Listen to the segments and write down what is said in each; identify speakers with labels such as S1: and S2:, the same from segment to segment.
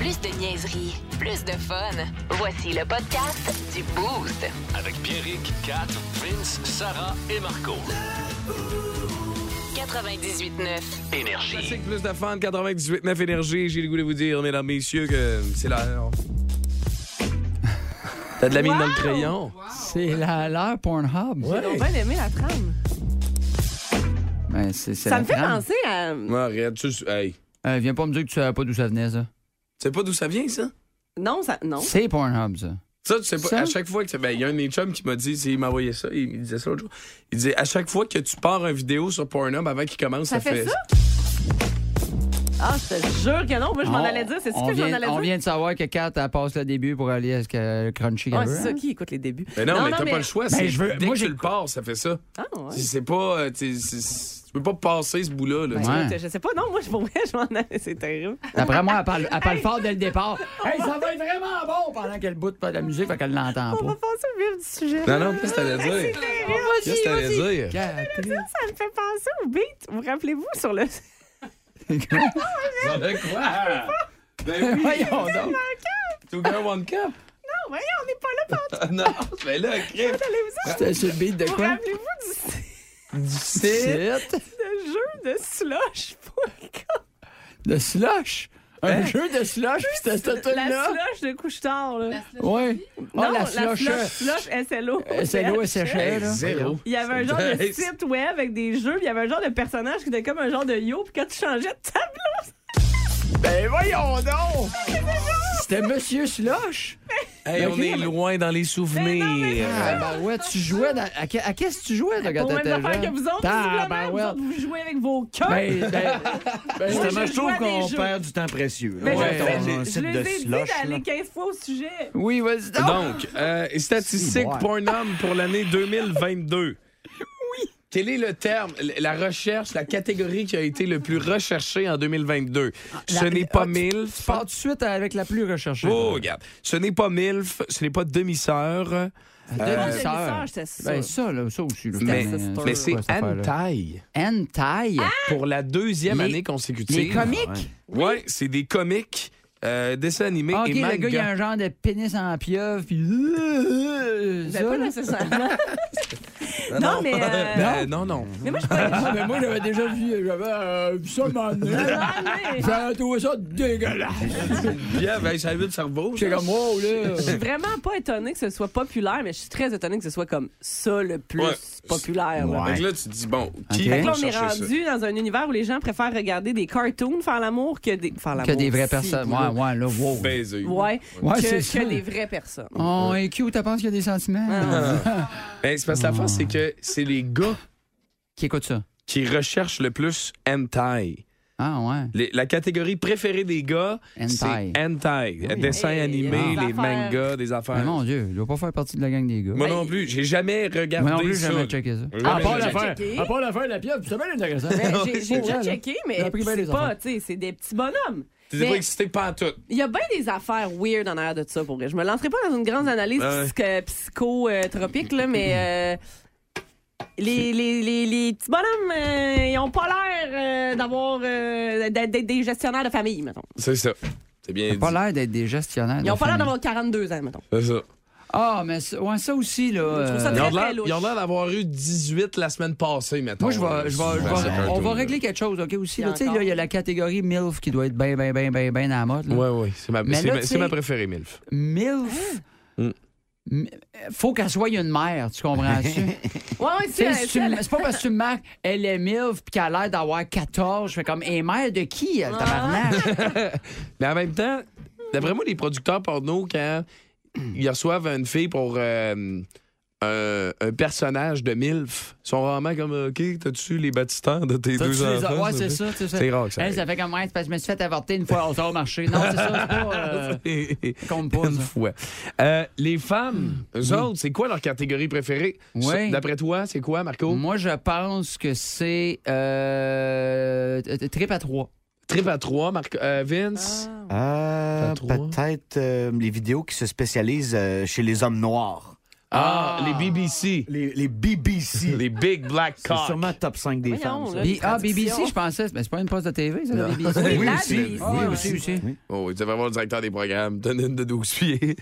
S1: Plus de niaiserie, plus de fun. Voici le podcast du Boost.
S2: Avec Pierrick, Kat, Vince, Sarah et Marco.
S1: 98.9.
S2: Énergie.
S3: Classique plus de fun, 98.9 énergie. J'ai le goût de vous dire, mesdames, messieurs, que c'est l'heure. T'as de la mine dans le crayon?
S4: C'est la l'heure Pornhub.
S3: Ouais.
S5: J'ai bien aimé la trame.
S4: Ben, c'est, c'est
S5: Ça
S4: la
S5: me fait
S4: trame.
S5: penser à.
S3: Ouais, Arrête, tu hey.
S4: Euh, viens pas me dire que tu savais pas d'où ça venait, ça.
S3: Tu sais pas d'où ça vient, ça?
S5: Non, ça. Non.
S4: C'est Pornhub, ça.
S3: Ça, tu sais pas.
S4: Ça?
S3: À chaque fois que. tu- Ben, il y a un de mes chums qui m'a dit, il m'envoyait ça, il me disait ça l'autre jour. Il disait, à chaque fois que tu pars une vidéo sur Pornhub avant qu'il commence, ça,
S5: Ça fait ça? Ah, je te jure que non. Moi, je m'en
S4: On-
S5: allais dire. C'est ce
S4: on
S5: que je m'en
S4: vient-
S5: allais
S4: On
S5: dire.
S4: vient de savoir que Kat, elle passe le début pour aller à ce que le crunchy qu'elle
S5: Ouais,
S4: veut,
S5: c'est ça
S4: hein.
S5: qui écoute les débuts.
S3: Mais non, mais t'as pas le choix. c'est-
S4: Ben, je veux-
S3: Dès
S4: moi,
S3: que tu
S4: j'ai-
S3: le pars, ça fait ça.
S5: Ah, ouais.
S3: Si C'est pas. euh, t'sais, c'est- c'est- Tu peux pas passer ce bout-là. là.
S5: Ben,
S4: Ouais.
S5: écoute, Je sais pas, non, moi, je pour vrai, je m'en allais. C'est terrible.
S4: D'après moi, elle parle, elle parle fort dès le départ. hey, ça va être vraiment bon pendant qu'elle bout de la musique, fait qu'elle l'entend
S5: On va
S4: pas.
S5: passer au vif du sujet.
S3: Non, non, qu'est-ce que t'allais dire? Qu'est-ce que t'allais dire?
S4: Catherine.
S5: Ça me fait penser au beat. Vous rappelez-vous sur le. Oh,
S3: De quoi? Ben oui,
S4: Voyons donc.
S3: Two girl, one cup.
S5: Non, voyons, on n'est pas là pour
S3: Ah non, mais là, crème
S5: allez-vous.
S4: C'était sur le beat de
S5: Vous
S4: quoi?
S5: rappelez-vous du
S3: du site.
S4: Site
S5: ce jeu de slush pour
S4: de slush. Un jeu de slush, puis c'était cette
S5: Hein? la
S4: tune-là.
S5: slush de couche-tard, là.
S4: Ouais. Ah,
S5: non,
S4: la
S5: slush,
S4: slush.
S5: slush SLO.
S4: euh, SLO,
S3: Hey,
S4: SHL, là.
S3: Zéro.
S5: Il y avait un genre de
S3: Nice.
S5: site web avec des jeux, puis il y avait un genre de personnage qui était comme un genre de yo, puis quand tu changeais de tableau,
S4: Ben voyons donc! C'était Monsieur Slush!
S3: Hey, on
S4: Ok.
S3: est loin dans les souvenirs.
S4: Ah, ben ouais, tu jouais dans- à, que- à qu'est-ce que tu jouais toi, quand
S5: pour même
S4: t'étais
S5: affaire que
S4: jeune?
S5: vous autres,
S4: Ah, ben
S5: visiblement,
S4: ouais.
S5: vous, autres, vous jouez avec vos cœurs.
S4: Ben, ben, ben,
S5: Moi, j'ai
S6: Justement, je trouve
S5: joué à des
S6: qu'on
S5: jeux.
S6: perd du temps précieux.
S5: Mais
S6: là.
S5: je,
S3: Ouais,
S5: je-
S6: on a un
S5: je
S6: site de
S5: les ai dit
S6: slush. là.
S5: d'aller 15 fois au sujet.
S4: oui, vas-y donc!
S3: Donc, euh, statistiques
S4: Ouais.
S3: Pornhub pour l'année 2022. Oui. Quel est le terme, l- la recherche, la catégorie qui a été le plus recherchée en 2022? Ce
S4: la-
S3: n'est pas
S4: ah, tu-
S3: MILF.
S4: Pars tout de suite avec la plus recherchée.
S3: Oh, regarde. Ce n'est pas MILF, ce n'est pas demi-sœur,
S6: euh,
S4: La
S5: Demi-sœur, j'étais sûre.
S4: Euh, Ben ça, là, ça aussi. Là,
S3: mais,
S4: je sais pas,
S3: mais
S4: c'est
S3: c'est
S4: quoi cette affaire-là.
S3: hentai
S4: Hentai.
S5: Ah!
S3: pour la deuxième
S4: Les-
S3: année consécutive.
S4: les comiques?
S3: Ouais, Ouais, c'est des comiques, euh, dessins animés
S4: Ah, Ok,
S3: et
S4: le gars, il y a
S3: manga.
S4: un genre de pénis en pieuvre, puis... euh,
S5: Ben,
S4: ça,
S5: pas
S4: là.
S5: nécessairement. non, mais. euh,
S4: Ben.
S3: Euh, non, non.
S5: Mais moi, je suis pas.
S4: Ah, ben moi, j'avais déjà vu, j'avais euh, vu ça, un moment donné.
S5: Ah, mais-
S4: J'avais trouvé ça dégueulasse.
S3: Bien, ben, ça a le cerveau.
S4: J'étais comme, wow, là.
S5: Je suis vraiment pas étonnée que ce soit populaire, mais je suis très étonnée que ce soit comme ça le plus
S3: Ouais.
S5: populaire. là.
S6: Ouais.
S3: Fait que là, tu te dis, bon, qui
S4: Ok.
S5: Fait que
S3: va
S5: là, on est
S3: chercher ça?
S5: rendu dans un univers où les gens préfèrent regarder des cartoons faire l'amour que des faire
S4: Que
S5: l'amour,
S4: des vraies
S5: si,
S4: personnes. Ouais,
S5: là.
S4: ouais, là, wow.
S3: Baiser.
S5: Ouais,
S4: Ouais,
S5: que,
S4: c'est ça.
S5: que des vraies personnes.
S4: Oh, et cute, t'as pensé qu'il y a des sentiments?
S3: Ben, c'est parce que la face, c'est
S4: Ah.
S3: que c'est les gars
S4: Qui écoute ça?
S3: qui recherchent le plus hentai.
S4: Ah, ouais.
S3: Les- la catégorie préférée des gars,
S4: Hentai.
S3: c'est
S4: Ah
S3: hentai. Dessins
S5: Hey,
S3: animés,
S5: des
S3: les
S5: affaires.
S3: mangas, des affaires.
S4: Mais mon Dieu, il doit pas faire partie de la gang des gars.
S3: Moi non plus, j'ai jamais regardé
S4: Moi non plus,
S3: ça.
S4: j'ai jamais checké ça.
S3: Jamais
S5: part la- checké.
S4: part l'affaire de la pieuvre, c'est bien intéressant.
S5: Mais J'ai j'ai déjà
S4: Ouais, là.
S5: checké,
S4: Il
S5: mais
S4: a pris bien
S5: c'est
S4: des
S5: pas,
S4: affaires.
S5: tu sais, c'est des petits bonhommes.
S3: T'étais
S5: Mais-
S3: pas excité pas en tout.
S5: Il y a bien des affaires weird en arrière de ça, pour vrai. Je me lancerai pas dans une grande analyse
S3: Ouais.
S5: psycho- psychotropique, là, mais euh, les, les, les, les petits bonhommes, euh, ils ont pas l'air euh, d'avoir euh, d'être d'être des gestionnaires de famille, mettons.
S3: C'est ça. C'est bien
S4: T'as
S3: dit.
S4: pas l'air d'être des gestionnaires.
S5: Ils
S4: de
S5: ont pas l'air
S4: famille.
S5: d'avoir 42 ans, mettons.
S3: C'est ça.
S4: Ah, mais ça- ouais, ça aussi, là.
S5: Je trouve ça
S4: euh,
S3: Ils
S5: Très,
S3: ont
S5: très
S3: l'air
S5: louche.
S3: ils ont l'air d'avoir eu 18 la semaine passée, Ben, maintenant.
S4: Moi, je vais, je vais, je vais- on va régler quelque chose, OK, aussi. là. Tu sais, là, il y a la catégorie MILF qui doit être bien, bien, bien, bien, bien à la mode. là.
S3: Ouais, ouais. C'est ma,
S4: Mais
S3: c'est
S4: là,
S3: ma-
S4: tu
S3: c'est
S4: sais-
S3: ma préférée, MILF.
S4: MILF.
S3: Mm.
S4: M- Faut qu'elle soit une mère, tu comprends-tu?
S5: Ouais, ouais,
S4: Tu
S5: c'est
S4: sais,
S5: ça,
S4: si tu
S5: c'est
S4: me-
S5: ça.
S4: C'est pas parce que tu me marques elle est MILF puis qu'elle a l'air d'avoir 14. Je fais comme, et mère de qui,
S5: Ah.
S4: elle, tabarnak?
S3: Mais en même temps, d'après moi, les producteurs porno, quand ils reçoivent une fille pour euh, un, un personnage de MILF, ils sont vraiment comme OK, t'as-tu les bâtisseurs de tes
S4: Ça, tu
S3: deux
S4: les as-
S3: enfants?
S4: ouais, c'est ça. tu sais,
S3: C'est rare que ça
S4: Elle, ça fait comme, ouais, c'est parce que je me suis fait avorter une fois au sort marché. Non, c'est ça, c'est pas. euh, ça compte pas,
S3: Une
S4: ça.
S3: fois. Euh, les femmes, eux autres, c'est quoi leur catégorie préférée?
S4: Ouais. Mm.
S3: Ça, D'après toi, c'est quoi, Marco?
S4: Moi, je pense que c'est. Euh, t- trip à trois.
S3: Trip à trois, Marco, euh, Vince?
S6: Euh,
S3: T'as trois.
S6: Peut-être euh, les vidéos qui se spécialisent euh, chez les hommes noirs.
S3: Ah, les BBC.
S6: Les, les
S4: Ah.
S6: BBC.
S3: Les Big Black
S6: C'est
S3: Cock.
S6: sûrement top 5 des
S5: Voyons,
S6: femmes.
S5: là.
S6: ça.
S4: Bi- ah,
S5: Traduction.
S4: BBC, je pensais. Mais c'est pas une poste de TV, ça, la BBC.
S5: Oui, la
S6: aussi.
S5: BBC.
S4: Ah, ouais,
S5: Ouais.
S4: aussi, aussi.
S3: Oh, il devait avoir le directeur des programmes. Donne une de 12 pieds.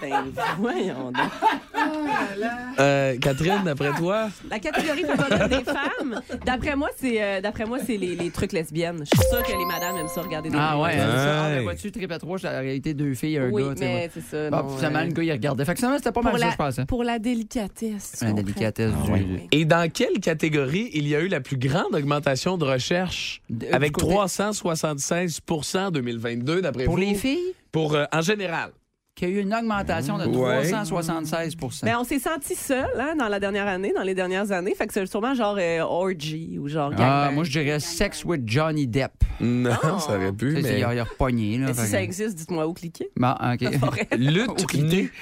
S5: Ben, voyons donc.
S3: Euh, Catherine, après toi.
S5: La catégorie favorite des femmes, d'après moi, c'est euh, d'après moi, c'est les, les trucs lesbiennes. Je suis sûre que les madames aiment ça regarder des
S4: Ah, ouais. hein, c'est ça. Ah,
S3: Hey.
S4: ben, vois-tu, triple à trois, c'est la réalité deux filles et un
S5: Oui,
S4: gars. tu sais, ouais.
S5: mais c'est ça.
S4: Ah,
S5: non,
S4: puis finalement,
S5: euh,
S4: le gars, il regardait. Fait que finalement, c'était pas mal
S5: pour,
S4: ça, je
S5: la,
S4: pensais.
S5: pour la délicatesse. tu
S4: La
S5: comprends?
S4: délicatesse
S3: Ah,
S4: du.
S3: Et dans quelle catégorie il y a eu la plus grande augmentation de recherche
S4: De- du
S3: avec
S4: côté-
S3: 376 en 2022, d'après
S4: Pour
S3: vous?
S4: les filles,
S3: Pour, euh, en général.
S4: qu'il y a eu une augmentation de
S3: Mmh. Ouais.
S4: 376
S5: Ben, on s'est senti seul hein, dans la dernière année, dans les dernières années. Fait que c'est sûrement genre euh, orgy ou genre
S4: Ah,
S5: gangbang.
S4: moi, je dirais Sex with Johnny Depp.
S3: Non,
S4: Ah.
S3: ça aurait pu,
S4: Tu sais, Il a, il a repogné, là.
S5: Mais
S4: fait
S5: si
S4: que-
S5: ça existe, dites-moi où cliquer.
S4: Bon, OK.
S5: Forêt.
S3: Lutte nue.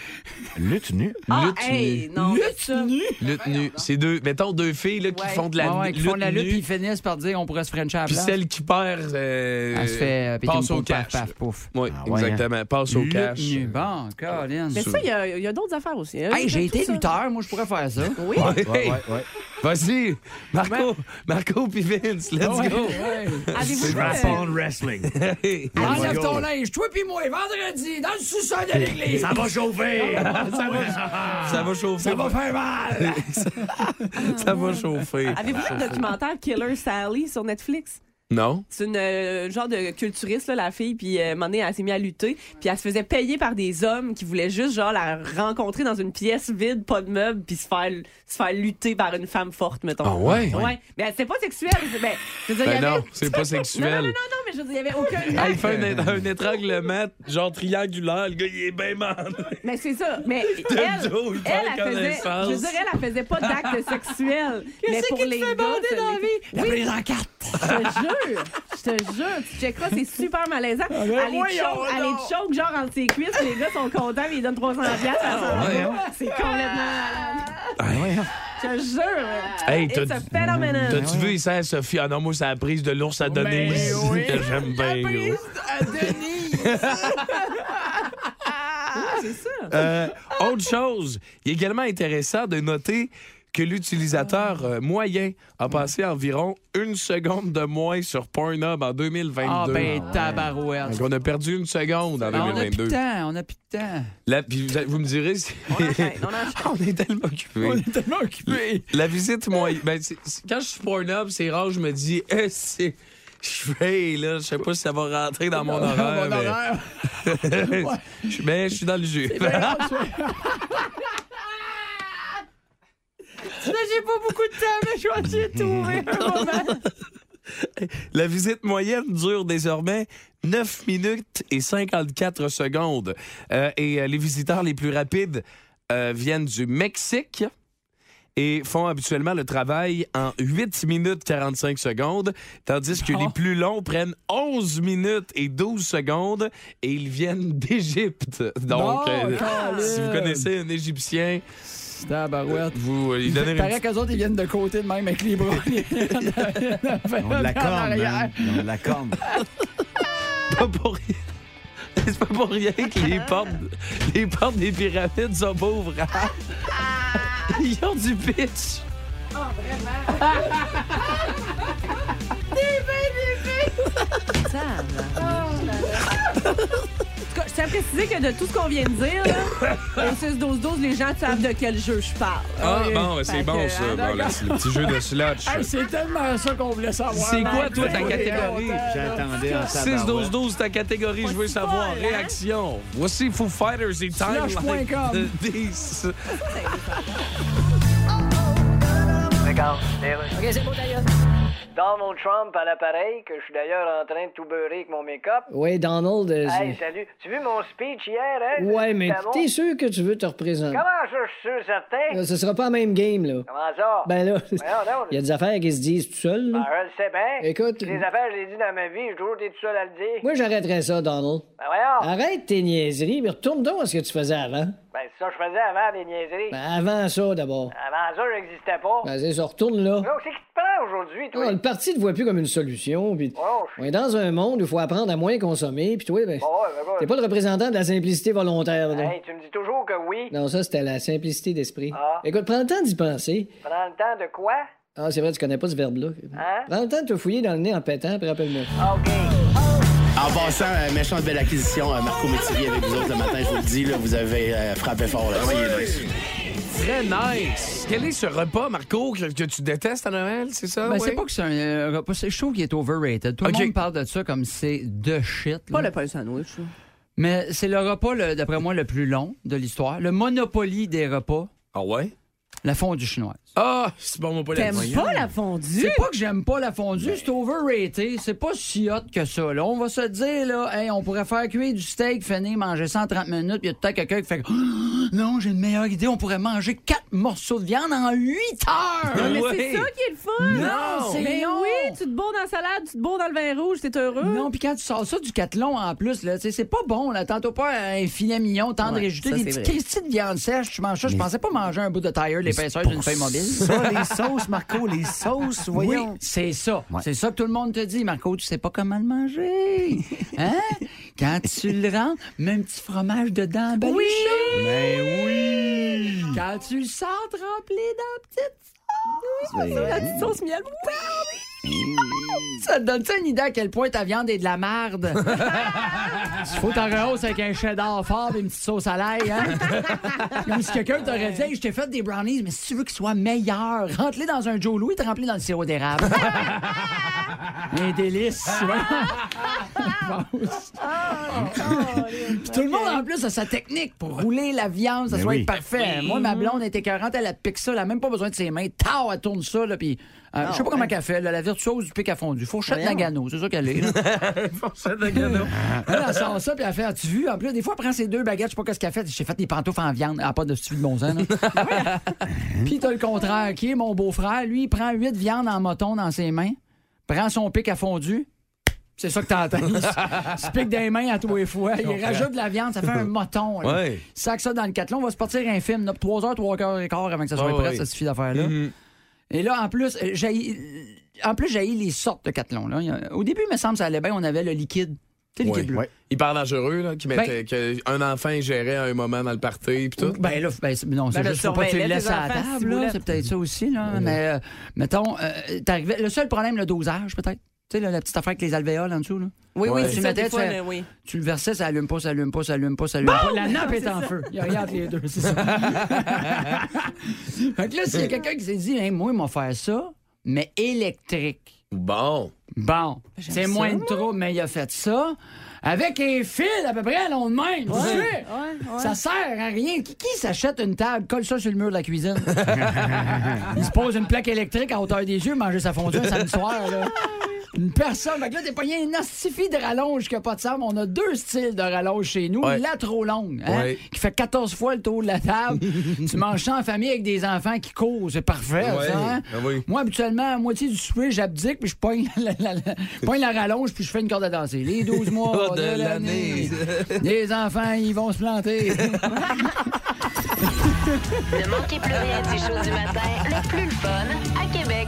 S6: Lutte nue.
S5: Ah,
S3: Lutte
S5: hey, non, mais ça-
S3: Lutte nue. C'est deux, mettons, deux filles là, qui
S5: Ouais.
S3: font de
S4: Ouais,
S3: la,
S4: ouais,
S3: lutte,
S4: qui font de la lutte, puis
S3: nue.
S4: ils finissent par dire on pourrait se frencher à la
S3: Puis
S4: place.
S3: celle qui perd euh,
S4: Elle se fait euh, péter une
S3: passe au
S4: peau, paf,
S3: cash.
S4: paf, pouf.
S3: Oui,
S6: Ah ouais,
S3: exactement. Passe au
S4: Lutte
S3: cash.
S4: nue. Bon, Colin.
S5: Mais ça, il y a, il y a d'autres affaires aussi. hein.
S4: Hey, j'ai
S5: Tout
S4: été
S5: ça.
S4: lutteur, moi, je pourrais faire ça.
S5: Oui.
S6: Ouais, ouais, ouais.
S3: Vas-y, Marco, Marco puis Vince, let's
S4: Ouais,
S3: go.
S4: ouais.
S5: Avez-vous, euh,
S6: Strap-on wrestling.
S3: Ah,
S4: Enlève
S6: go.
S4: ton linge, toi puis moi, vendredi, dans le sous-sol de l'église.
S6: Ça va chauffer.
S3: Ça va chauffer.
S6: Ça va faire mal.
S3: Ça va chauffer.
S5: avez-vous vu le documentaire Killer Sally sur Netflix?
S3: Non?
S5: C'est une euh, genre de culturiste, là, la fille, puis euh, un moment donné, elle s'est mise à lutter, puis elle se faisait payer par des hommes qui voulaient juste, genre, la rencontrer dans une pièce vide, pas de meubles, puis se faire, se faire lutter par une femme forte, mettons.
S3: Ah ouais?
S5: Ouais. Mais elle- c'était pas sexuel. c'est- Ben, je veux dire, il y
S3: Ben
S5: avait-
S3: non, c'est pas sexuel.
S5: Non, non, non, non, non, mais je veux dire, il y avait aucun.
S3: Ah, il fait un, un étranglement, genre triangulaire. Le gars, il est bien man.
S5: Mais c'est ça. Mais elle,
S3: T'as le dos, il
S5: elle, elle
S3: parle comme
S5: faisait,
S3: un sens.
S5: je dirais, elle faisait pas d'acte sexuel. Mais pour les gars, ça l'était.
S4: La prise en carte.
S5: Je te jure, je te jure, tu checkeras, c'est super malaisant. Elle les choke, elle les choke genre entre ses cuisses, les gars sont contents, mais ils donnent 300 piastres à
S3: Ah,
S5: ça.
S3: hein.
S5: C'est complètement malade. Je te jure.
S3: Hey,
S5: It's
S3: t'as-
S5: a phenomenon.
S4: Ah
S3: T'as-tu vu ici à Sophie? Ah non, moi, c'est la prise de l'ours à
S4: Oh, ben
S3: Denise que j'aime bien, gros.
S5: C'est ça.
S3: Euh, autre chose, il est également intéressant de noter que l'utilisateur euh, moyen a
S4: Mm.
S3: passé environ une seconde de moins sur Pornhub en 2022.
S4: Ah, ben, tabarouette.
S3: Donc, on a perdu une seconde en
S4: Ben, on a plus de
S3: 2022.
S4: temps, on a plus de temps.
S3: La- puis vous, vous me direz si...
S5: On enchaîne, on enchaîne.
S3: on est tellement occupés.
S4: tellement occupés.
S3: La visite moyenne. Ben, c'est- c'est- quand je suis Pornhub, c'est rare, je me dis, eh, c'est. Je fais, là, je sais pas si ça va rentrer dans mon horaire. mais- Je- mais je suis dans le jeu.
S4: J'ai pas beaucoup de temps, mais je suis assez tourné un moment.
S3: La visite moyenne dure désormais 9 minutes et 54 secondes. Euh, et euh, les visiteurs les plus rapides euh, viennent du Mexique et font habituellement le travail en 8 minutes 45 secondes, tandis que les
S4: Ah.
S3: plus longs prennent 11 minutes et 12 secondes et ils viennent d'Égypte. Donc, euh, si vous connaissez un Égyptien,
S4: Tabarouette.
S3: vous euh, lui
S4: Il
S3: donnez une
S4: paraît qu'eux autres, ils viennent de côté de même avec les bras.
S6: Ils ont de la
S4: En
S6: corne. hein.
S4: arrière.
S6: man. Ils ont de la corne.
S3: pas pour rien. C'est pas pour rien que les portes, les portes des pyramides sont pas ouvrables. Ils ont du pitch.
S5: En tout cas, Je tiens à préciser que de tout ce qu'on vient de dire, là, au 6-12-12, les gens savent de quel jeu je parle.
S3: Ah,
S5: Ok.
S3: ben,
S5: Fait que, ah, d'accord.
S3: c'est le petit jeu de slotch.
S4: C'est tellement ça qu'on voulait savoir.
S3: C'est quoi, toi, ta catégorie?
S6: J'attendais en
S3: 6-12-12, ta catégorie, je veux savoir. Réaction. Voici Foo Fighters et Euh, Time Like
S4: Slash.com.
S3: the Beast.
S7: Donald Trump à l'appareil, que je suis d'ailleurs en train de tout beurrer avec mon make-up.
S8: Oui, Donald. euh,
S7: Hey,
S8: c'est-
S7: salut. Tu as vu mon speech hier, hein?
S8: ouais, mais
S7: C'était bon?
S8: t'es sûr que tu veux te représenter?
S7: Comment ça, je suis sûr, certain?
S8: Euh, Ce sera pas la même game, là.
S7: Comment ça?
S8: Ben là,
S7: non,
S8: il y a des affaires qui se disent tout seul,
S7: Ben,
S8: là.
S7: je le sais bien.
S8: Écoute-
S7: Les affaires, je les dit dans ma vie, j'ai toujours été tout seul à le dire.
S8: Moi, j'arrêterais ça, Donald.
S7: Ben, voyons.
S8: Arrête tes niaiseries, mais retourne donc à ce que tu faisais avant.
S7: Ben, c'est ça, que je faisais avant des niaiseries.
S8: Ben, avant ça, d'abord.
S7: Ah. Avant ça, j'existais pas.
S8: Vas-y, ça retourne là.
S7: Ah Donc, c'est qui te prend, aujourd'hui, toi.
S8: Ah, le parti te voit plus comme une solution. Puis
S7: Oh,
S8: on est dans un monde où il faut apprendre à moins consommer. Puis toi, ben,
S7: bon, ouais, ben,
S8: t'es pas le représentant de la simplicité volontaire. là.
S7: Hey, tu me dis toujours que oui.
S8: Non, ça, c'était la simplicité d'esprit.
S7: Ah.
S8: Écoute, prends le temps d'y penser.
S7: Prends le temps de quoi?
S8: Ah, c'est vrai, tu connais pas ce verbe-là.
S7: Hein?
S8: Prends le temps de te fouiller dans le nez en pétant, puis rappelle-moi.
S9: En passant, euh, méchante belle acquisition, euh, Marco Métivier avec vous autres le matin, je vous le dis, là, vous avez euh, frappé fort. Là.
S3: Très nice. Quel est ce repas, Marco, que, que tu détestes à Noël, c'est ça?
S5: Ah
S4: Ben,
S3: ouais?
S4: c'est pas que c'est un euh, repas. c'est- Je trouve qu'il est overrated. Tout
S3: Ok.
S4: le monde parle de ça comme c'est de shit. là.
S5: Pas le pain sandwich. là.
S4: Mais c'est le repas, le- d'après moi, le plus long de l'histoire. Le monopoly des repas,
S3: Ah ouais?
S4: la fondue chinoise.
S3: Ah, c'est bon, mon pas la
S5: T'aimes pas la fondue?
S4: C'est pas que j'aime pas la
S5: Ben.
S4: fondue, c'est overrated. C'est pas si hot que ça. Là. On va se dire, là, hey, on pourrait faire cuire du steak, finir, manger 130 minutes, puis il y a tout le temps quelqu'un qui fait Ah, Non, j'ai une meilleure idée, on pourrait manger quatre morceaux de viande en 8 heures!
S5: Mais
S3: Ouais.
S5: c'est ça qui est le fun!
S4: Non, c'est
S5: Mais
S4: non.
S5: oui, tu te bourres dans la salade, tu te bourres dans le vin rouge, t'es heureux.
S4: Non, puis quand tu sors ça du cathlon en plus, là, tu sais, c'est pas bon. Là, tantôt pas un filet mignon, t'en
S5: Ouais,
S4: rajouter
S5: ça,
S4: des
S5: c'est
S4: petites
S5: vrai.
S4: cristilles de viande sèche. Je mange ça, je pensais pas manger un bout de tailleur l'épaisseur d'une feuille mobile.
S6: Ça, les sauces, Marco, les sauces,
S4: Oui,
S6: voyons.
S4: c'est ça.
S6: Ouais.
S4: C'est ça que tout le monde te dit. Marco, tu sais pas comment le manger. Hein? Quand tu le rends, mets un petit fromage dedans baluché.
S6: Mais Ben oui!
S4: Quand tu le sors, tremplé dans la petite
S5: La petite sauce miel.
S4: Ça te donne ça une idée à quel point ta viande est de la merde? Il faut t'en rehausser avec un cheddar fort et une petite sauce à l'ail, hein? Comme si quelqu'un t'aurait dit, Hey, je t'ai fait des brownies, mais si tu veux qu'ils soient meilleurs, rentre-les dans un Joe Louis et remplis dans le sirop d'érable. un délice, vraiment. Je pense. Puis tout le monde, en plus, a sa technique pour rouler la viande, ça
S6: Mais
S4: soit
S6: oui.
S4: parfait. Moi, ma blonde était 40, elle a pique ça, elle a même pas besoin de ses mains. Tao, elle tourne ça, là, puis euh, je sais pas comment elle fait, là, la virtuose du pic à fondu. Fourchette Nagano, c'est ça qu'elle est. là. Elle, elle sort ça, puis elle fait As-tu vu En plus, des fois, elle prend ses deux baguettes, je sais pas qu'est-ce qu'elle fait. J'ai fait des pantoufles en viande. Ah, pas de style de bon sens. là. puis t'as le contraire, qui est mon beau-frère. Lui, il prend huit viandes en moton dans ses mains, prend son pic à fondu. C'est ça que t'entends. Il se- se pique des mains à tous les fois. Il rajoute de la viande, ça fait un moton. là.
S3: Ouais.
S4: Sac ça dans le cathlon. On va se partir un film, là, 3 heures, 3 heures et quart avant que ça soit
S3: Ah
S4: prêt,
S3: oui.
S4: ça suffit d'affaire là. Et là, en plus, euh, j'haïs- euh, en plus, j'ai les sortes de cathlon. Là. Il y a- Au début, il me semble que ça allait bien, on avait le liquide. Tu sais, le
S3: Ouais.
S4: liquide bleu.
S6: Ouais.
S3: Il parle dangereux, là, qui
S4: Ben-
S3: mettait qu'un enfant gérait à un moment dans le party, puis tout.
S4: Ben là, ben, c'est- non, c'est
S5: Ben,
S4: juste
S5: le
S4: faut pas que tu le
S5: surveillait
S4: laisses
S5: tes
S4: à la
S5: enfants,
S4: table, là.
S5: ciboulette.
S4: C'est peut-être ça aussi, là. Mais, euh, mettons, euh, t'arrivais- le seul problème, le dosage, peut-être. Tu sais, là, la petite affaire avec les alvéoles en dessous, là.
S5: Oui,
S3: Ouais.
S5: oui,
S4: Tu
S5: c'est ça,
S4: mettais,
S5: des
S4: tu
S5: fois,
S4: fais-
S5: là, oui.
S4: Tu le versais, ça allume pas, ça allume pas, ça allume pas, ça allume pas. La nappe est en feu. Il y a rien entre les deux, c'est ça. fait que là, s'il y a quelqu'un qui s'est dit, Hey, moi, il m'a faire ça, mais électrique.
S3: Bon.
S4: Bon,
S5: J'aime
S4: c'est
S5: ça,
S4: moins de trop, mais il a fait ça. Avec un fil à peu près long de même. tu sais. Ça sert à rien. Qui, qui s'achète une table, colle ça sur le mur de la cuisine? il se pose une plaque électrique à hauteur des yeux, manger sa fondue un samedi soir. Là. Une personne. Fait que là, t'es pogné un ostifi de rallonge qui a pas de sable. On a deux styles de rallonge chez nous.
S3: Ouais.
S4: La trop longue, hein,
S3: Ouais.
S4: qui fait 14 fois le tour de la table. tu manges ça en famille avec des enfants qui courent. C'est parfait,
S3: Ouais.
S4: ça, hein?
S3: Ah oui.
S4: Moi, habituellement, à moitié du souper, j'abdique, puis je pogne la, la- la- pogne la rallonge, puis je fais une corde à danser. Les 12 mois de, l'année. Les enfants, ils vont se planter.
S1: Ne manquez plus rien du show du matin, le plus le fun à Québec.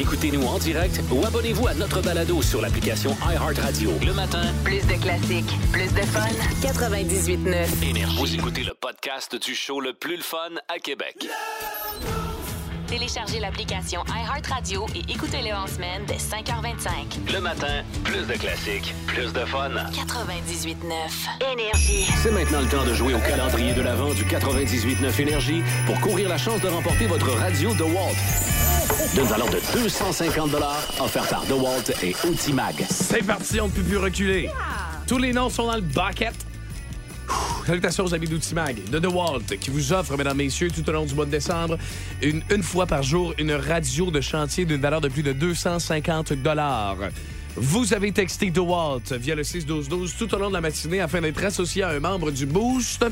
S2: Écoutez-nous en direct ou abonnez-vous à notre balado sur l'application iHeartRadio. Le matin,
S1: Plus de classiques, plus de fun. 98.9.
S2: énergie. Vous écoutez le podcast du show le plus le fun à Québec.
S1: Téléchargez l'application iHeartRadio et écoutez-le en semaine dès 5h25.
S2: Le matin, plus de classiques, plus de fun.
S1: 98.9. Énergie.
S2: C'est maintenant le temps de jouer au calendrier de l'Avent du 98.9 Énergie pour courir la chance de remporter votre radio DeWalt. D'une valeur de 250 offerte par DeWalt et Ultimag.
S3: C'est parti, on ne peut plus reculer. Tous les noms sont dans le bucket. Ouh, Salutations aux amis d'Outimag, de DeWalt, qui vous offre, mesdames, messieurs, tout au long du mois de décembre, une, une fois par jour, une radio de chantier d'une valeur de plus de 250 Vous avez texté DeWalt via le 6-12-12 tout au long de la matinée afin d'être associé à un membre du Boost.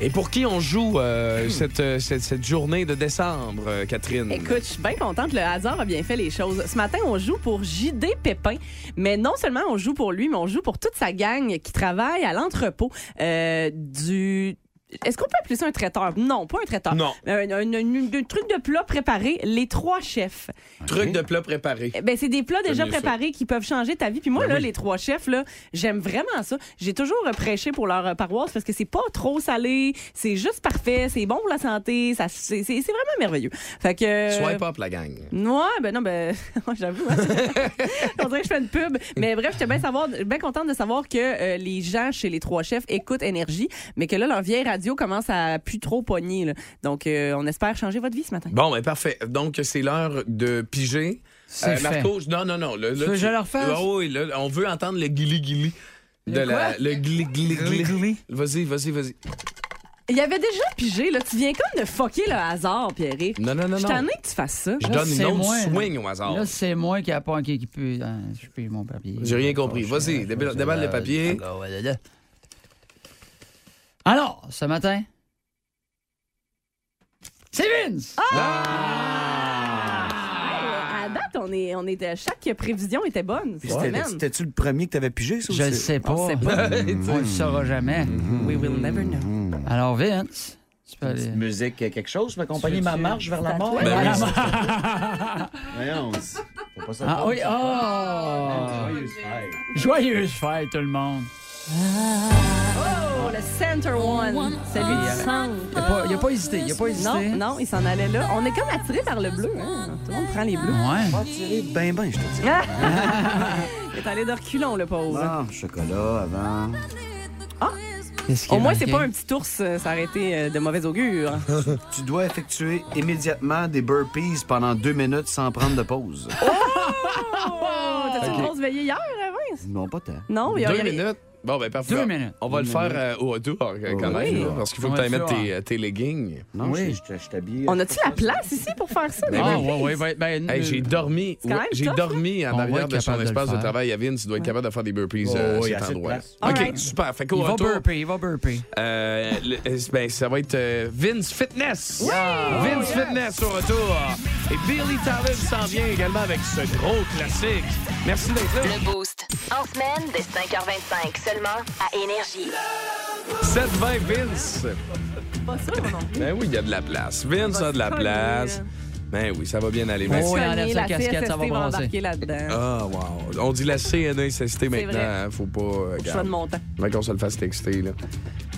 S3: Et pour qui on joue euh,
S4: Hmm.
S3: cette, euh, cette, cette journée de décembre, euh, Catherine?
S5: Écoute, je suis bien contente. Le hasard a bien fait les choses. Ce matin, on joue pour JD Pépin. Mais non seulement on joue pour lui, mais on joue pour toute sa gang qui travaille à l'entrepôt euh, du Est-ce qu'on peut appeler ça un traiteur? Non, pas un traiteur.
S3: Non.
S5: Un, un- un- un truc de plat préparé, les trois chefs.
S3: Ah, Truc de plat préparé.
S5: Eh Ben, c'est des plats déjà
S3: mieux ça.
S5: préparés qui peuvent changer ta vie. Puis moi,
S3: Ben
S5: là,
S3: oui.
S5: les trois chefs, là, j'aime vraiment ça. J'ai toujours euh, prêché pour leur euh, paroisse parce que c'est pas trop salé, c'est juste parfait, c'est bon pour la santé, ça, c'est, c'est- c'est vraiment merveilleux. Fait que. euh,
S3: Swipe up, la gang.
S5: Ouais, ben non, ben, j'avoue. hein. On dirait que je fais une pub. Mais bref, j'étais bien savoir- bien contente de savoir que euh, les gens chez les trois chefs écoutent Énergie, mais que là, leur vieille radio commence à plus trop pogner. là. Donc, euh, on espère changer votre vie ce matin.
S3: Bon, ben parfait. Donc, c'est l'heure de piger. Euh,
S4: C'est fait.
S3: Marco, je- non, non, non. là- là,
S4: veux que je le refasse?
S3: Ah oui, là, on veut entendre le guili-guili. De la, le gli gli gli. Vas-y, vas-y, vas-y.
S5: Il y avait déjà pigé, là. Tu viens comme de fucker le hasard, Pierre.
S3: Non, non, non,
S5: Je suis
S3: non.
S5: tannée que tu fasses ça.
S3: Je
S4: Là,
S3: donne une
S4: c'est
S3: autre
S4: moi.
S3: swing au hasard.
S4: Là, c'est moi qui a pas qui, qui peut. hein, je paye mon papier.
S3: J'ai rien compris. Vas-y, déballe déballe le papier.
S4: Alors, ce matin. C'est Vince!
S5: Ah, à date, on est, on est, à chaque prévision était bonne. cette
S6: C'était-
S5: semaine.
S6: C'était-tu le premier que t'avais pigé, ça? ou
S4: je le
S6: c'est-
S4: sais pas.
S5: sait Mm-hmm.
S4: On le saura jamais.
S5: We will never know.
S4: Alors, Vince, tu peux aller.
S6: Musique, euh, quelque chose, m'accompagner ma marche vers Ah, la mort.
S5: Ben
S6: Voilà.
S9: Voyons. c'est- faut pas ça.
S4: Ah oui,
S5: ah,
S4: oh! Joyeuse fête, tout le monde!
S5: Oh, le center one. Celui du centre.
S4: Il a pas, il a pas hésité, il a pas hésité.
S5: Non, non, il s'en allait là. On est comme attiré par le bleu. Hein? Tout le monde prend les bleus.
S4: Ouais.
S6: Pas tiré de ben ben, je te dis.
S5: Il est allé de reculons, le pauvre.
S6: Ah, chocolat avant.
S4: Qu'est-ce qu'il
S5: Au
S4: a
S5: moins, c'est
S4: manqué?
S5: pas un petit ours euh, s'arrêter euh, de mauvais augure.
S6: Tu dois effectuer immédiatement des burpees pendant deux minutes sans prendre de pause.
S5: Oh, t'as-tu une grosse veillée hier, hein, Vince?
S6: Non, pas tant.
S5: Non, il y a
S3: Deux
S5: il y a-
S3: minutes. Bon, ben parfait.
S4: Deux minutes.
S3: On va le faire euh, au tour quand même, là, parce qu'il faut
S4: On
S3: que
S4: va
S3: tu
S4: hein.
S3: ailles
S4: le
S3: mettre
S4: faire.
S3: tes, euh, tes leggings.
S6: Non,
S4: Oui.
S6: je, je- je t'habille.
S5: On a-tu la place ici pour faire ça?
S3: Ben
S5: non?
S4: Ah,
S3: oui.
S4: ouais, ouais, ouais, ben,
S3: Hey,
S4: euh,
S3: j'ai dormi.
S5: quand même
S3: j'ai
S5: tough,
S3: dormi en
S4: hein. On va
S3: arrière
S4: être
S3: de son
S4: capable de le
S3: espace de,
S4: faire.
S3: travail à Vince. Tu dois être capable de faire des burpees
S6: Oh,
S3: euh, à
S6: il y
S3: cet
S6: a assez de
S3: endroit.
S6: place.
S3: OK,
S5: Alright.
S3: super. Fait
S4: Il
S3: qu'au
S4: va
S3: retour,
S4: burper, il va burper.
S3: euh, le- euh, ben, ça va être euh, Vince Fitness. Vince Fitness au retour. Et Billy Talib s'en vient également avec ce gros classique. Merci d'être là.
S1: Le Boost. En semaine, dès 5h25 seulement à Énergie.
S3: 7-20 Vince.
S5: Pas sûr, non.
S3: Ben oui, il y a de la place. Vince a de la
S5: se
S3: place. Ben oui, ça va bien aller. Merci.
S4: Oh, il
S5: Cogner,
S4: enlève sa
S5: la
S4: casquette, ça va
S5: CSST
S4: brasser.
S5: embarquer là-dedans.
S3: Ah, wow. On dit la CNESST maintenant.
S5: vrai.
S3: hein. Faut pas. euh,
S5: Choix
S3: regarde.
S5: de montant.
S3: Faudrait qu'on se le fasse texter, là.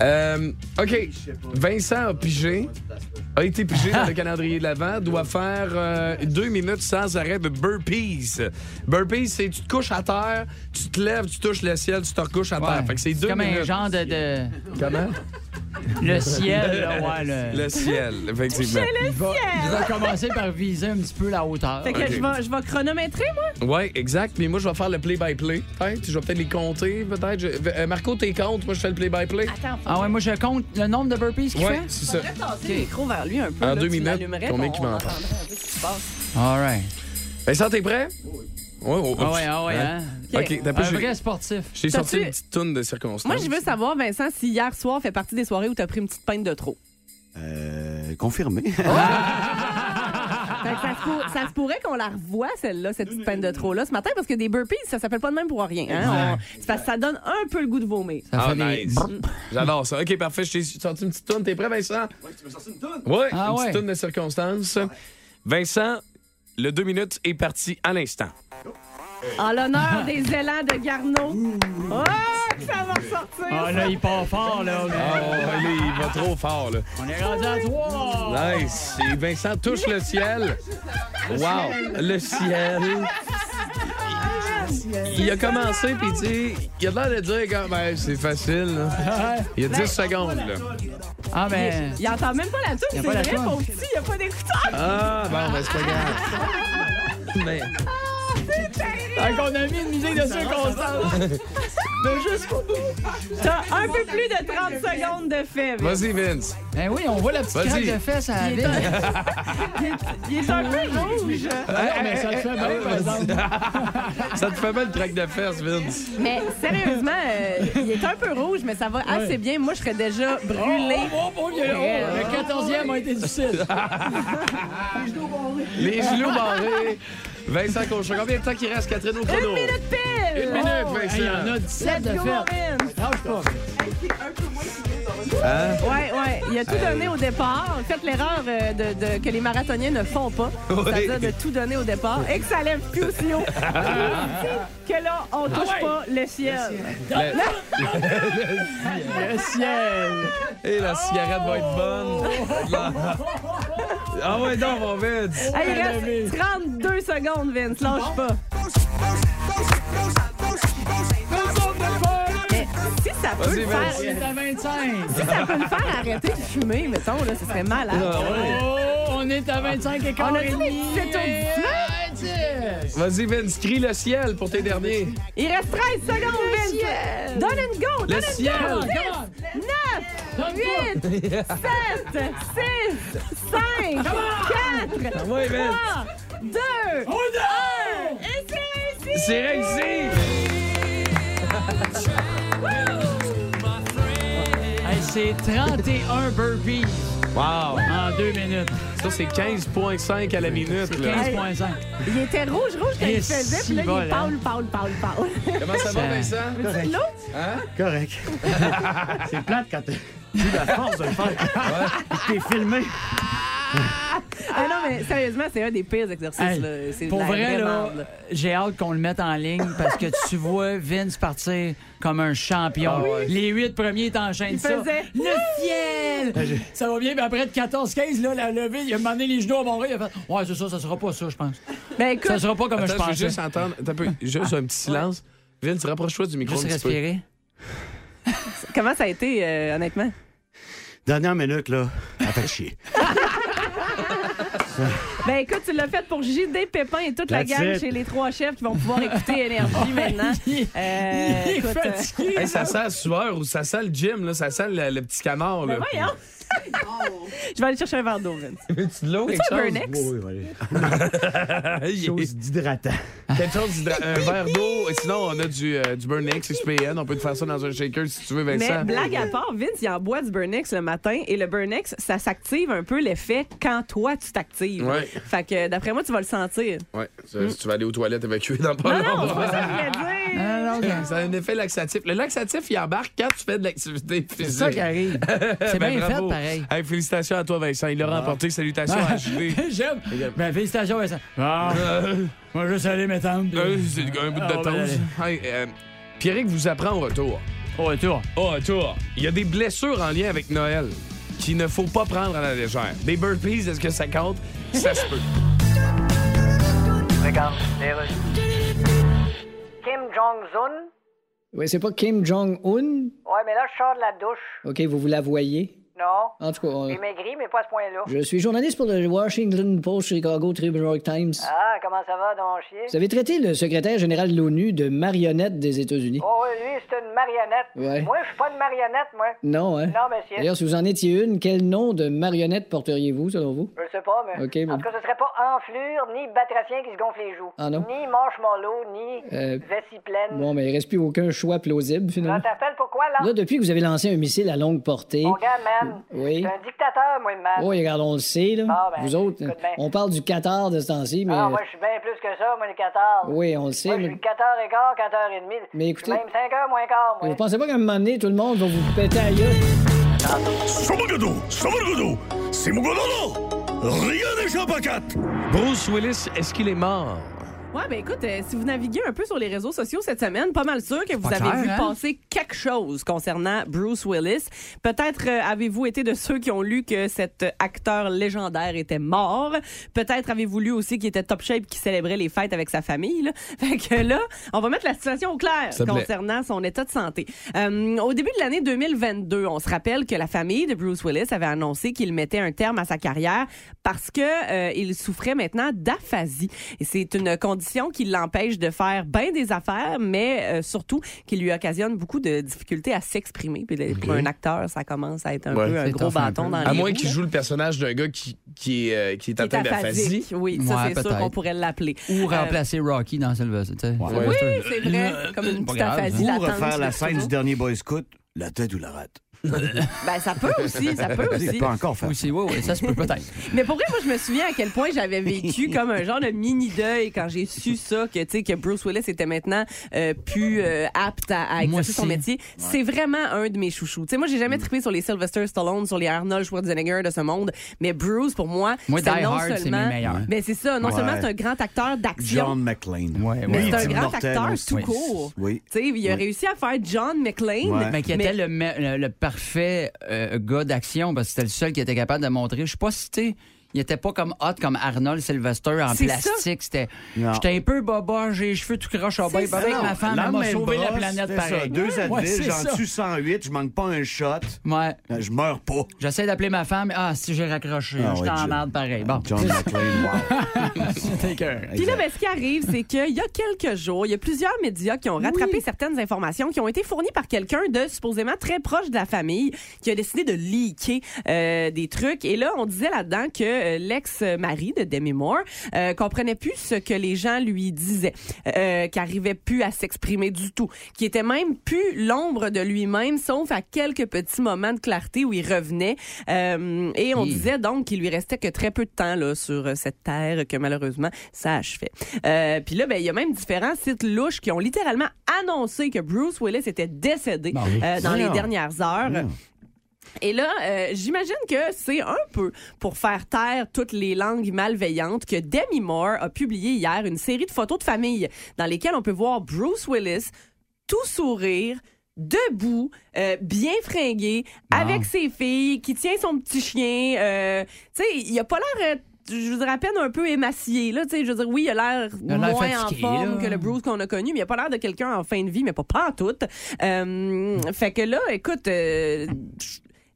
S3: Euh, OK. Vincent a pigé. A été pigé dans le calendrier de l'avant. Doit faire euh, deux minutes sans arrêt de burpees. Burpees, c'est tu te couches à terre, tu te lèves, tu touches le ciel, tu te recouches à terre.
S4: Ouais.
S3: Fait que c'est
S4: C'est
S3: deux
S4: comme
S3: minutes.
S4: un genre de, de- Euh.
S3: Comment?
S4: Le ciel, là, ouais. Le...
S3: Le ciel, effectivement.
S4: Il, va, il va commencer par viser un petit peu la hauteur.
S5: Fait que je vais- je vais chronométrer, moi.
S3: Ouais, exact. Mais moi, je vais faire le play-by-play. Peut-être. Je vais peut-être les compter. Peut-être. Je- euh, Marco, t'es contre. Moi, je fais le play-by-play.
S5: Attends,
S4: Ah ouais, moi je compte le nombre de burpees qu'il
S3: Ouais,
S4: fait.
S3: c'est ça.
S5: Je vais tasser le micro vers lui un peu.
S3: En
S5: là,
S3: deux
S5: tu
S3: minutes,
S5: l'allumerais,
S3: combien
S5: puis
S3: qu'il m'en
S5: on entendrait un peu ce qui se passe.
S4: All right.
S3: Vincent, t'es prêt? Oui. Ouais,
S4: Ah ouais, ah ouais, hein.
S3: OK, t'as
S4: Un
S3: pas
S4: vrai sportif.
S3: Je t'ai sorti
S5: T'as-tu-
S3: une petite toune de circonstance.
S5: Moi, je veux savoir, Vincent, si hier soir fait partie des soirées où t'as pris une petite pinte de trop.
S6: Euh, confirmé.
S5: Fait que ça, se pour- ça se pourrait qu'on la revoie, celle-là, cette petite peine de trop-là, ce matin, parce que des burpees, ça s'appelle pas de même pour rien. Hein? On- c'est parce que ça donne un peu le goût de vomir.
S4: Ça
S3: Ah,
S4: fait des-
S3: nice. J'adore ça. OK, parfait. Je t'ai sorti une petite toune. T'es prêt, Vincent? Oui, tu m'as sorti une toune. Oui,
S4: Ah
S3: une
S4: ouais.
S3: petite toune de circonstance. Vincent, le deux minutes est parti à l'instant.
S5: En l'honneur des élans de Garneau. Oh, que ça va ressortir!
S4: Ah là, il part fort, là.
S3: Oh, allez, il va trop fort, là.
S4: On est rendu à trois.
S3: Nice. Et Vincent touche le ciel. Wow, le ciel. Il a commencé, puis il dit... Il a l'air de dire, quand ben, c'est facile, là. Il y a 10 secondes, là.
S4: Ah, ben.
S5: Il entend même pas la tune, c'est
S4: pas la
S5: vrai,
S4: toune.
S5: pour petit, il a pas d'écouteur!
S3: Ah, bon, ben, c'est pas grave. Mais...
S4: Fait qu'on a mis une musique de circonstance.
S5: T'as un peu plus de 30 secondes de fait. Vince.
S3: Vas-y, Vince.
S4: Ben oui, on voit la petite
S3: Vas-y.
S4: craque de fesses à la
S5: Il est
S4: ville.
S5: Il est un peu rouge.
S4: Ah, mais ça te fait mal, par exemple.
S3: Ça te fait mal le track de fesses, Vince.
S5: Mais sérieusement, euh, il est un peu rouge, mais ça va assez bien. Moi, je serais déjà brûlée.
S4: Oh, oh, il y a- oh, le 14e a été difficile.
S3: Les genoux barrés. Vincent Cochon. Combien de temps qu'il reste, Catherine, au
S5: Une
S3: chrono?
S5: minute pile!
S3: Une minute,
S4: Hey, Il y en
S3: Vincent.
S4: a 17
S5: Let's
S4: de
S5: go,
S4: fêtes.
S5: Vince!
S4: Lâche pas.
S5: un peu moins soudé.
S3: Hein?
S5: Ouais, ouais. Il a tout
S3: Euh.
S5: donné au départ. Faites l'erreur euh, de, de- que les marathoniens ne font pas. C'est-à-dire de tout donner au départ et que ça lève plus aussi haut. Puis Euh, que là, on touche pas le ciel.
S10: Le ciel!
S3: Et la cigarette va être bonne. ah ouais, non, mon Vince.
S5: Hey, il reste 32 secondes, Vince. Lâche pas. Mais si ça peut
S3: Vas-y,
S5: le
S3: Vince.
S5: faire,
S10: à 25!
S5: si ça peut le faire arrêter de fumer, mettons, là, ce serait malade.
S3: Ah
S10: Oh, on est à 25 et
S5: On
S10: quart et
S5: a-tu des
S10: demi.
S5: petits étourdissements?
S10: Arrêtez!
S3: Vas-y, Vince, crie le ciel pour tes derniers.
S5: Il reste 13 secondes, Vince. Donne une go,
S3: Le
S5: donne une
S3: ciel.
S5: go. 10,
S10: Come
S5: 9, 8, 7, 6, 5, 4,
S3: Ouais, Vince.
S5: 3, 2, 1. Et
S3: C'est
S5: c'est réussi.
S3: réussi.
S10: Hey, c'est 31 burpees
S3: Wow.
S10: en 2 minutes.
S3: Ça, c'est 15,5 à la minute. Là.
S10: 15,5.
S5: Il était rouge, rouge quand
S10: Et
S5: il faisait, puis là,
S10: si
S5: il est
S10: vol, hein.
S5: pâle, pâle, pâle, pâle.
S3: Comment ça va, Vincent?
S5: L'eau?
S9: Correct.
S10: C'est plate quand t'es.
S9: La force de le faire. T'es filmé.
S5: Ah non, mais sérieusement, c'est un des pires exercices.
S10: Hey,
S5: là. C'est de
S10: Pour
S5: la
S10: vrai, là,
S5: demande, là.
S10: j'ai hâte qu'on le mette en ligne parce que tu vois Vince partir comme un champion.
S3: Ah
S10: Les huit premiers t'enchaînent
S5: Il
S10: ça.
S5: faisait
S10: Le
S3: Ah,
S10: ciel! Ça va bien, mais après de 14-15, là, la levée, il a demandé les genoux à mon il a fait Ouais, c'est ça, ça sera pas ça, je pense.
S5: Ben écoute,
S10: Ça sera pas comme je
S3: Attends, je veux
S10: pensais.
S3: juste entendre. Attends un peu, juste un petit silence. Vince, rapproche-toi du micro
S10: Juste
S3: un petit peu.
S10: respirer.
S5: comment ça a été, euh, honnêtement?
S9: Dernière minute, là. Ah, fait chier.
S5: Ben écoute, tu l'as fait pour JD Pépin et toute la
S9: That's
S5: gang
S9: it.
S5: chez les trois chefs qui vont pouvoir écouter Énergie maintenant. Euh,
S10: il est
S5: écoute, euh,
S10: fatigué.
S3: Hey, ça sent le sueur ou ça sent le gym, là, ça sent le, le petit canard. Là.
S5: voyons. je vais aller chercher un verre d'eau, Vince.
S3: Veux-tu de l'eau, quelque
S5: Tu veux un
S3: chose?
S5: Burnex?
S9: Oui, oui,
S3: Hey,
S9: Chose d'hydratant.
S3: Quelque chose, d'hydra- un verre d'eau. Et Sinon, on a du, euh, du Burnex SPN. On peut te faire ça dans un shaker si tu veux, Vincent.
S5: Mais blague à part, Vince, il en boit du Burnex le matin et le Burnex, ça s'active un peu l'effet quand toi, tu t'actives.
S3: Ouais.
S5: Fait que d'après moi, tu vas le sentir. Ah
S3: Ouais, ça, si tu vas aller aux toilettes évacuer dans pas
S5: Non, non, c'est
S3: longtemps.
S5: pas ça que je voulais dire.
S3: Ça a un effet laxatif. Le laxatif, il embarque quand tu fais de l'activité physique.
S10: C'est ça qui arrive. C'est
S3: Ben,
S10: bien fait,
S3: bravo.
S10: pareil.
S3: Hey, félicitations à toi, Vincent. Il l'a remporté. Salutations à JD.
S10: J'aime. Ben, félicitations, Vincent. Ah, moi, juste aller m'étendre. puis-
S3: Euh, c'est un bout
S10: Ah,
S3: de
S10: on va
S3: toast. Hey, euh, Pierrick vous apprend au retour.
S10: Oh, et toi?
S3: Au retour, il y a des blessures en lien avec Noël qu'il ne faut pas prendre à la légère. Des burpees, est-ce que ça compte? Ça se peut.
S7: Regarde, les Russes. Kim Jong-un?
S8: Oui, c'est pas Kim Jong-un?
S7: Ouais, mais là, je sors de la douche.
S8: OK, vous vous la voyez.
S7: Non.
S8: En tout cas, on-
S7: J'ai maigri, mais pas à ce point-là.
S8: je suis journaliste pour le Washington Post, Chicago Tribune Times.
S7: Ah, comment ça va, Don Chier?
S8: Vous avez traité le secrétaire général de l'ONU de marionnette des États-Unis.
S7: Oh, oui, lui, c'est une marionnette.
S8: Ouais.
S7: Moi, je suis pas une marionnette, moi.
S8: Non, hein?
S7: Non, monsieur.
S8: D'ailleurs, si vous en étiez une, quel nom de marionnette porteriez-vous, selon vous?
S7: Je le sais pas, mais.
S8: Ok,
S7: en
S8: bon.
S7: tout cas, ce serait pas enflure, ni batracien qui se gonfle les joues.
S8: Ah, non?
S7: Ni marshmallow, ni
S8: Euh,
S7: vessie pleine.
S8: Bon, mais il reste plus aucun choix plausible,
S7: Je
S8: finalement.
S7: t'appelle pourquoi, là?
S8: Là, depuis que vous avez lancé un missile à longue portée.
S7: Mon gars, man.
S8: Oui.
S7: J'suis un dictateur, moi, man.
S8: Oui, regarde, on le sait, là.
S7: Ah, ben,
S8: vous autres,
S7: écoute bien.
S8: on parle du Qatar de ce temps-ci, mais.
S7: Ah, moi, je suis bien plus que ça, moi, le 14.
S8: oui, on le sait.
S7: Moi, je
S8: mais...
S7: suis 14 et quart, 14 et demi.
S8: Mais écoutez-
S7: Je suis même 5 heures moins quart,
S8: mais
S7: moi.
S8: Vous pensez pas qu'à un moment donné, tout le monde va vous péter à gueule?
S3: Bruce Willis, est-ce qu'il est mort?
S5: Ouais, ben écoute, euh, si vous naviguez un peu sur les réseaux sociaux cette semaine, pas mal sûr que vous avez
S10: clair,
S5: vu
S10: hein?
S5: passer quelque chose concernant Bruce Willis. Peut-être euh, avez-vous été de ceux qui ont lu que cet acteur légendaire était mort. Peut-être avez-vous lu aussi qu'il était top shape, qui célébrait les fêtes avec sa famille. là. Fait que là, on va mettre la situation au clair
S3: S'il te plaît.
S5: concernant son état de santé. Euh, au début de l'année 2022, on se rappelle que la famille de Bruce Willis avait annoncé qu'il mettait un terme à sa carrière parce que euh, il souffrait maintenant d'aphasie. Et c'est une condition qui l'empêche de faire bien des affaires, mais euh, surtout qui lui occasionne beaucoup de difficultés à s'exprimer. Puis là, pour un acteur, ça commence à être un
S3: Ouais.
S5: peu un
S10: C'est
S5: gros
S10: tough un
S5: bâton
S10: peu.
S5: dans les
S3: À moins
S5: roues,
S3: qu'il
S5: là.
S3: joue le personnage d'un gars qui, qui, est, euh, qui est
S5: Qui est
S3: atteint d'aphasie.
S5: aphasique. Oui, ça,
S10: Ouais,
S5: c'est sûr
S10: peut-être.
S5: qu'on pourrait l'appeler.
S10: Ou
S5: Euh,
S10: remplacer Rocky dans Sylvester. tu sais.
S3: Ouais.
S5: oui, c'est vrai. Comme une
S10: Pas
S5: petite
S10: grave,
S5: aphasie
S10: hein.
S6: Ou
S5: latente.
S6: refaire la
S5: là,
S6: scène
S5: toujours.
S6: du dernier Boy Scout, la tête ou la rate.
S5: Ben, ça peut aussi, ça peut aussi.
S6: encore faire.
S10: Oui, c'est oui, oui, ça se peut peut-être.
S5: Mais pour vrai, moi, je me souviens à quel point j'avais vécu comme un genre de mini deuil quand j'ai su ça, que, tu sais, que Bruce Willis était maintenant euh, plus euh, apte à, à
S10: Moi
S5: exercer son
S10: aussi. Mm.
S5: métier. C'est vraiment un de mes chouchous. Tu sais, moi, j'ai jamais trippé sur les Sylvester Stallone, sur les Arnold Schwarzenegger de ce monde, mais Bruce, pour moi,
S10: Moi,
S5: c'est
S10: Die
S5: non
S10: Hard, c'est
S5: seulement.
S10: mes meilleurs.
S5: Ben, c'est ça, non
S6: Ouais.
S5: seulement c'est un grand acteur d'action,
S6: John McClane.
S10: Ouais,
S5: mais
S10: ouais.
S5: c'est un
S6: Tim
S5: grand
S6: Burton
S5: acteur
S6: aussi.
S5: tout
S10: Oui.
S5: court.
S6: Oui.
S5: Tu sais, il a réussi à faire John McClane.
S6: Ouais.
S10: Mais qui était le, me- le, le parfait euh, gars d'action parce que c'était le seul qui était capable de montrer. Je sais pas si tu il était pas comme hot comme Arnold Sylvester en
S5: C'est ça.
S10: plastique. C'était,
S6: Non.
S10: j'étais un peu boba, j'ai les cheveux tout croche au bain.
S5: C'est
S10: Avec
S5: ça.
S10: ma femme, elle m'a sauvé Ah la planète pareil.
S6: Ça, deux
S10: Ouais,
S6: Advil,
S10: c'est
S6: j'en
S10: ça.
S6: tue 108, je manque pas un shot.
S10: Ouais.
S6: Euh, Je meurs pas.
S10: J'essaie d'appeler ma femme. Ah, si j'ai raccroché,
S6: Ah
S10: je
S6: ouais,
S10: t'en
S6: John-
S10: merde pareil. Bon,
S6: John McClane, wow.
S10: T'es cœur.
S5: Puis là, ben, ce qui arrive, c'est qu'il y a quelques jours, il y a plusieurs médias qui ont rattrapé certaines informations qui ont été fournies par quelqu'un de supposément très proche de la famille qui a décidé de leaker euh, des trucs. Et là, on disait là-dedans que euh, l'ex-mari de Demi Moore euh, comprenait plus ce que les gens lui disaient, euh, qu'il arrivait plus à s'exprimer du tout, qui était même plus l'ombre de lui-même, sauf à quelques petits moments de clarté où il revenait. Euh, et on
S10: Hi.
S5: disait donc qu'il lui restait que très peu de temps là, sur euh, cette terre que malheureusement ça achevait. Euh, Puis là, ben, il y a même différents sites louches qui ont littéralement annoncé que Bruce Willis était décédé euh, dans les
S6: Voyons.
S5: dernières heures. Et là, euh, j'imagine que c'est un peu pour faire taire toutes les langues malveillantes que Demi Moore a publié hier une série de photos de famille dans lesquelles on peut voir Bruce Willis tout sourire, debout, euh, bien fringué, avec ses filles, qui tient son petit chien. euh, tu sais, il a pas l'air... euh, je vous rappelle un peu émacié là, tu sais, je veux dire oui, il a l'air
S10: a l'air
S5: moins
S10: fatigué,
S5: en forme
S10: là.
S5: que le Bruce qu'on a connu, mais il a pas l'air de quelqu'un en fin de vie, mais pas pas en tout. Euh, fait que là, écoute, euh,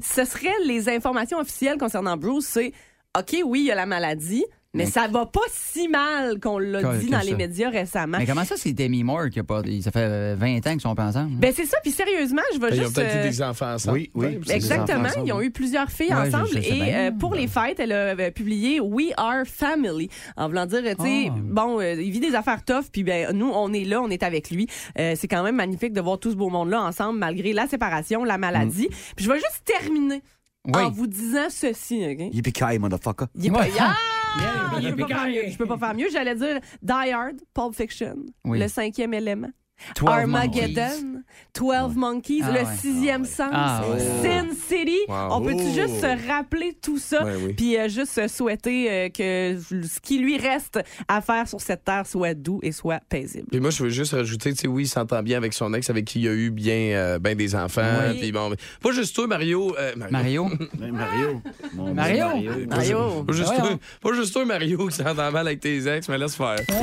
S5: ce serait les informations officielles concernant Bruce, c'est OK, oui, il y a la maladie, mais ça va pas si mal qu'on l'a
S10: Que-
S5: dit
S10: que
S5: dans
S10: ça.
S5: les médias récemment.
S10: Mais comment ça, c'est Demi Moore qui a pas. Ça fait euh, 20 ans qu'ils sont pas ensemble. hein?
S5: Ben c'est ça, puis sérieusement, je vais
S3: Ils ont
S5: juste
S3: peut-être
S5: euh,
S3: eu des enfants ensemble.
S6: Oui, oui.
S3: Ouais,
S6: des
S5: Exactement,
S6: enfants
S5: ils ont
S6: ensemble.
S5: eu plusieurs filles
S10: Ouais, je-
S5: ensemble
S10: je sais
S5: et
S10: bien. Ben.
S5: euh, pour les fêtes, elle a euh, publié We Are Family en voulant dire, tu sais,
S10: Ah.
S5: bon, euh, il vit des affaires tough, puis ben nous, on est là, on est avec lui. Euh, c'est quand même magnifique de voir tout ce beau monde-là ensemble malgré la séparation, la maladie. Puis je vais juste terminer
S10: Mm. Oui.
S5: en Ben, ah, vous disant ceci, OK?
S6: Yippee-ki-yay, motherfucker.
S5: Il est pas-
S10: Ouais.
S5: Ah!
S10: Yeah,
S5: Je peux pas faire mieux. Je peux pas faire mieux. J'allais dire Die Hard, Pulp Fiction,
S10: Oui.
S5: Le Cinquième Élément,
S10: 12
S5: Armageddon, 12 Monkeys,
S10: Ah
S5: Le
S10: ouais.
S5: Sixième Sens,
S10: Ah ouais.
S5: Sin City.
S3: Wow.
S5: On peut-tu juste se rappeler tout ça?
S3: Ben oui.
S5: Puis euh, juste euh, souhaiter euh, que ce qui lui reste à faire sur cette terre soit doux et soit paisible.
S3: Puis moi, je veux juste rajouter, tu sais, oui, il s'entend bien avec son ex, avec qui il a eu bien, euh, ben des enfants.
S5: Oui.
S3: Puis bon, pas juste toi, Mario. euh, Mario.
S10: Mario.
S6: Hey, Mario. Mon
S10: Mario.
S6: Dieu,
S3: Pas ju-
S5: Mario.
S3: Pas juste,
S10: Ah ouais,
S3: toi, pas juste toi, Mario, qui s'entend mal avec tes ex, mais laisse faire.
S10: Ça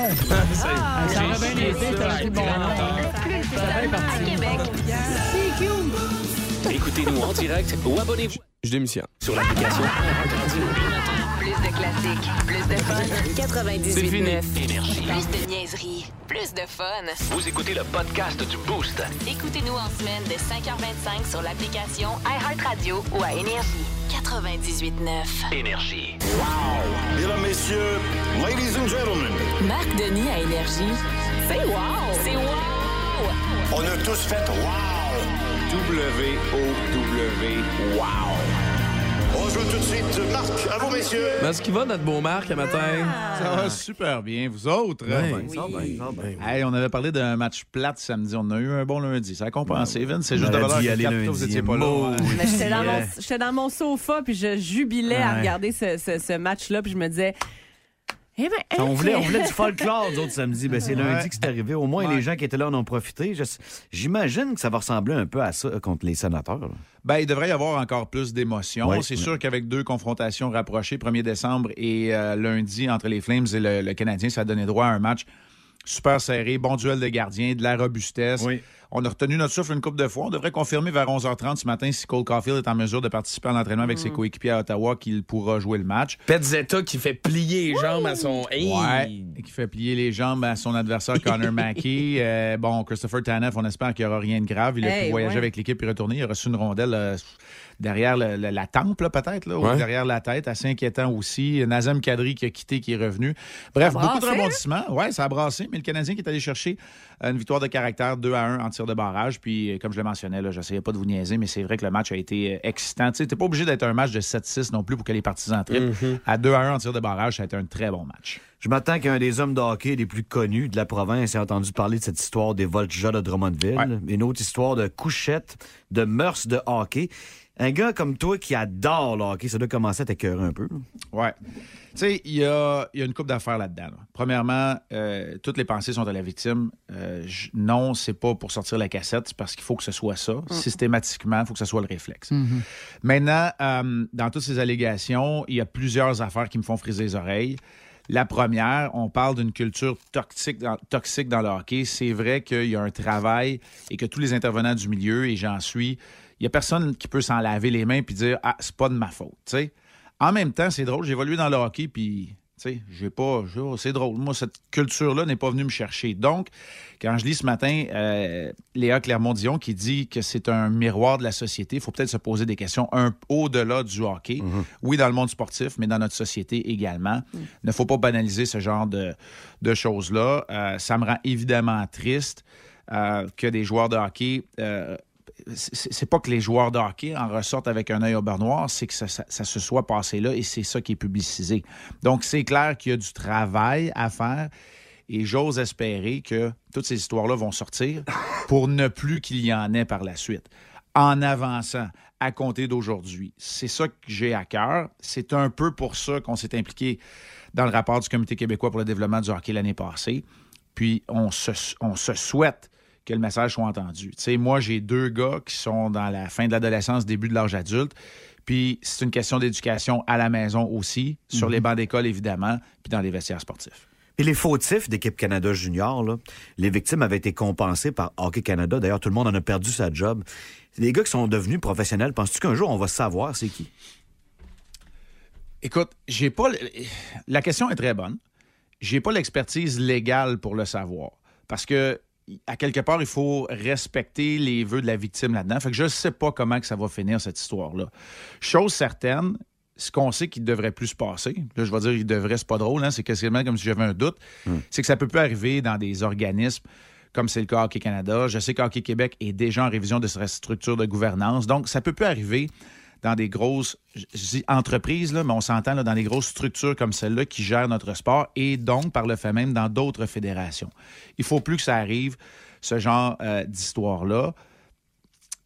S10: aurait bien été, t'aurais tout le bon temps.
S1: À Québec.
S2: Écoutez-nous en direct ou abonnez-vous
S3: Je démissionne.
S2: sur l'application
S1: Plus de classiques, plus de fun. 98.9.
S2: Énergie.
S1: Plus de niaiserie, plus de fun.
S2: Vous écoutez le podcast du Boost.
S1: Écoutez-nous en semaine de 5h25 sur l'application iHeartRadio ou à Énergie. 98.9.
S2: Énergie.
S11: Mesdames, messieurs, ladies and gentlemen,
S1: Marc Denis à Énergie. C'est wow! C'est wow!
S11: on a tous fait wow! W-O-W, wow! On joue tout de suite, Marc, à vous, messieurs!
S3: Mais ce qui va, notre beau Marc, à matin?
S12: Ça va super bien, vous autres.
S3: Ouais.
S6: Ça va bien, ça va bien.
S12: Hey, on avait parlé d'un match plate samedi. On a eu un bon lundi. Ça a compensé, Vin. C'est juste de
S6: aurait
S12: valeur
S6: dû y
S12: que
S6: aller
S12: quatre,
S6: lundi.
S12: vous étiez pas là. hein.
S6: Maudit.
S12: Ouais.
S5: Mais J'étais dans,
S6: Yeah.
S5: mon- j'étais dans mon sofa, puis je jubilais à
S6: Ouais.
S5: regarder ce, ce- ce match-là, puis je me disais... Eh ben,
S6: Ça, On voulait, on
S5: ok.
S6: voulait du folklore, nous autres, samedi. Ben, c'est lundi
S12: Ouais.
S6: que c'est arrivé. Au moins,
S12: Ouais.
S6: les gens qui étaient là en ont profité. Je- J'imagine que ça va ressembler un peu à ça euh, contre les sénateurs. là.
S12: Ben, il devrait y avoir encore plus d'émotions.
S6: Ouais.
S12: C'est sûr qu'avec deux confrontations rapprochées, 1er décembre et euh, lundi, entre les Flames et le, le Canadien, ça a donné droit à un match super serré, bon duel de gardiens, de la robustesse.
S6: Oui.
S12: On a retenu notre souffle une coupe de fois. On devrait confirmer vers 11h30 ce matin si Cole Caulfield est en mesure de participer à l'entraînement avec ses coéquipiers à Ottawa qu'il pourra jouer le match.
S3: Petzetta qui fait plier les jambes à son. Hey!
S12: Ouais, et qui fait plier les jambes à son adversaire Connor Mackey. Euh, bon, Christopher Tanev, on espère qu'il n'y aura rien de grave. Il a
S5: Hey,
S12: pu voyager
S5: ouais.
S12: avec l'équipe et retourner. Il a reçu une rondelle euh, derrière le- le- la tempe, là, peut-être, là,
S3: Ouais.
S12: ou derrière la tête. Assez inquiétant aussi. Nazem Kadri qui a quitté, qui est revenu. Bref,
S5: Ça a
S12: beaucoup de
S5: brassé,
S12: rebondissements. Ouais, ça a brassé, mais le Canadien qui est allé chercher une victoire de caractère 2 à 1 en tir tirs de barrage. Puis, euh, comme je le mentionnais, là, j'essayais pas de vous niaiser, mais c'est vrai que le match a été euh, excitant. Tu n'es pas obligé d'être un match de 7-6 non plus pour que les partisans trippent.
S6: Mhm.
S12: À 2 à 1 en tir de barrage, ça a été un très bon match.
S6: Je m'attends qu'un des hommes de hockey les plus connus de la province ait entendu parler de cette histoire des Voltigeurs de Drummondville. Une autre histoire de couchette, de mœurs de hockey. Un gars comme toi qui adore le hockey, ça doit commencer à t'écœurer un peu.
S12: Ouais. Tu sais, il y a, il y a une coupe d'affaires là-dedans. là. Premièrement, euh, toutes les pensées sont à la victime. Euh, j- non, c'est pas pour sortir la cassette, c'est parce qu'il faut que ce soit ça. Systématiquement, il faut que ce soit le réflexe. Maintenant, euh, dans toutes ces allégations, il y a plusieurs affaires qui me font friser les oreilles. La première, on parle d'une culture toxique dans, toxique dans le hockey. C'est vrai qu'il y a un travail et que tous les intervenants du milieu, et j'en suis, il n'y a personne qui peut s'en laver les mains puis dire Ah, c'est pas de ma faute. tu sais. En même temps, c'est drôle, j'ai évolué dans le hockey, puis, tu sais, j'ai pas. j'ai- oh, C'est drôle. Moi, cette culture-là n'est pas venue me chercher. Donc, quand je lis ce matin euh, Léa Clermont-Dion qui dit que c'est un miroir de la société, il faut peut-être se poser des questions un au-delà du hockey. Oui, dans le monde sportif, mais dans notre société également. Il ne faut pas banaliser ce genre de, de choses-là. Euh, ça me rend évidemment triste euh, que des joueurs de hockey. euh, c'est c'est pas que les joueurs de hockey en ressortent avec un œil au beurre noir, c'est que ça, ça- ça se soit passé là et c'est ça qui est publicisé. Donc, c'est clair qu'il y a du travail à faire et j'ose espérer que toutes ces histoires-là vont sortir pour ne plus qu'il y en ait par la suite. En avançant, à compter d'aujourd'hui. C'est ça que j'ai à cœur. C'est un peu pour ça qu'on s'est impliqué dans le rapport du Comité québécois pour le développement du hockey l'année passée. Puis on se, on se souhaite que le message soit entendu. Tu sais, moi, j'ai deux gars qui sont dans la fin de l'adolescence, début de l'âge adulte. Puis c'est une question d'éducation à la maison aussi, sur les bancs d'école évidemment, puis dans les vestiaires sportifs.
S6: Et les fautifs d'équipe Canada Junior, là, les victimes avaient été compensées par Hockey Canada. D'ailleurs, tout le monde en a perdu sa job. Les gars qui sont devenus professionnels, penses-tu qu'un jour on va savoir c'est qui?
S12: Écoute, j'ai pas. le- La question est très bonne. J'ai pas l'expertise légale pour le savoir. Parce que, à quelque part, il faut respecter les vœux de la victime là-dedans. Fait que je sais pas comment que ça va finir, cette histoire-là. Chose certaine, ce qu'on sait qu'il devrait plus se passer, là, je vais dire il devrait, c'est pas drôle, hein, c'est quasiment comme si j'avais un doute, c'est que ça peut plus arriver dans des organismes comme c'est le cas à Hockey Canada. Je sais qu'Hockey Québec est déjà en révision de sa structure de gouvernance. Donc, ça peut plus arriver dans des grosses je- je dis entreprises, là, mais on s'entend là, dans des grosses structures comme celle-là qui gèrent notre sport et donc, par le fait même, dans d'autres fédérations. Il faut plus que ça arrive, ce genre euh, d'histoire-là.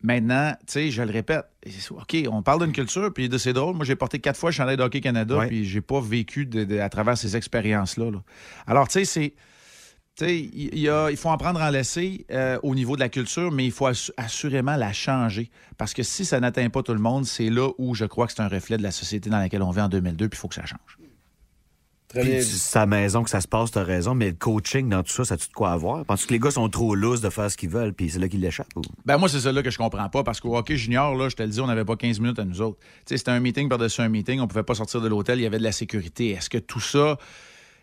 S12: Maintenant, tu sais, je le répète, OK, on parle d'une culture, puis de c'est drôle. Moi, j'ai porté quatre fois le chandail de Hockey Canada, puis j'ai pas vécu de- de- à travers ces expériences-là. là. Alors, tu sais, c'est. Tu sais, il y- y a- il faut en prendre en laisser euh, au niveau de la culture, mais il faut assu- assurément la changer. Parce que si ça n'atteint pas tout le monde, c'est là où je crois que c'est un reflet de la société dans laquelle on vit en 2002, puis il faut que ça change.
S6: Puis tu- c'est à la maison que ça se passe, t'as raison, mais le coaching dans tout ça, ça a-tu de quoi avoir? Penses-tu que les gars sont trop lousses de faire ce qu'ils veulent, puis c'est là qu'ils l'échappent? ou?
S12: Ben moi, c'est celle-là que je comprends pas parce qu'au hockey junior, là, je te le dis, on n'avait pas 15 minutes à nous autres. Tu sais, c'était un meeting par-dessus un meeting, on pouvait pas sortir de l'hôtel, il y avait de la sécurité. Est-ce que tout ça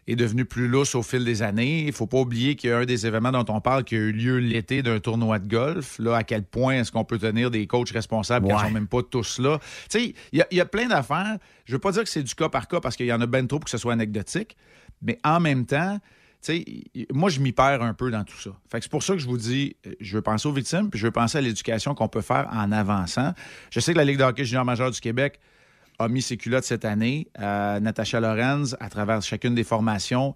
S12: est devenu plus lousse au fil des années? Il faut pas oublier qu'il y a un des événements dont on parle qui a eu lieu l'été d'un tournoi de golf. Là, à quel point est-ce qu'on peut tenir des coachs responsables qui ne
S6: Ouais.
S12: sont même pas tous là? Tu sais, il y a- il y, a plein d'affaires. Je veux pas dire que c'est du cas par cas parce qu'il y en a ben trop pour que ce soit anecdotique, mais en même temps, tu sais, y- moi, je m'y perds un peu dans tout ça. Fait que c'est pour ça que je vous dis, euh, je veux penser aux victimes, puis je veux penser à l'éducation qu'on peut faire en avançant. Je sais que la Ligue de hockey junior majeur du Québec a mis ses culottes cette année. Euh, Natacha Lorenz, à travers chacune des formations,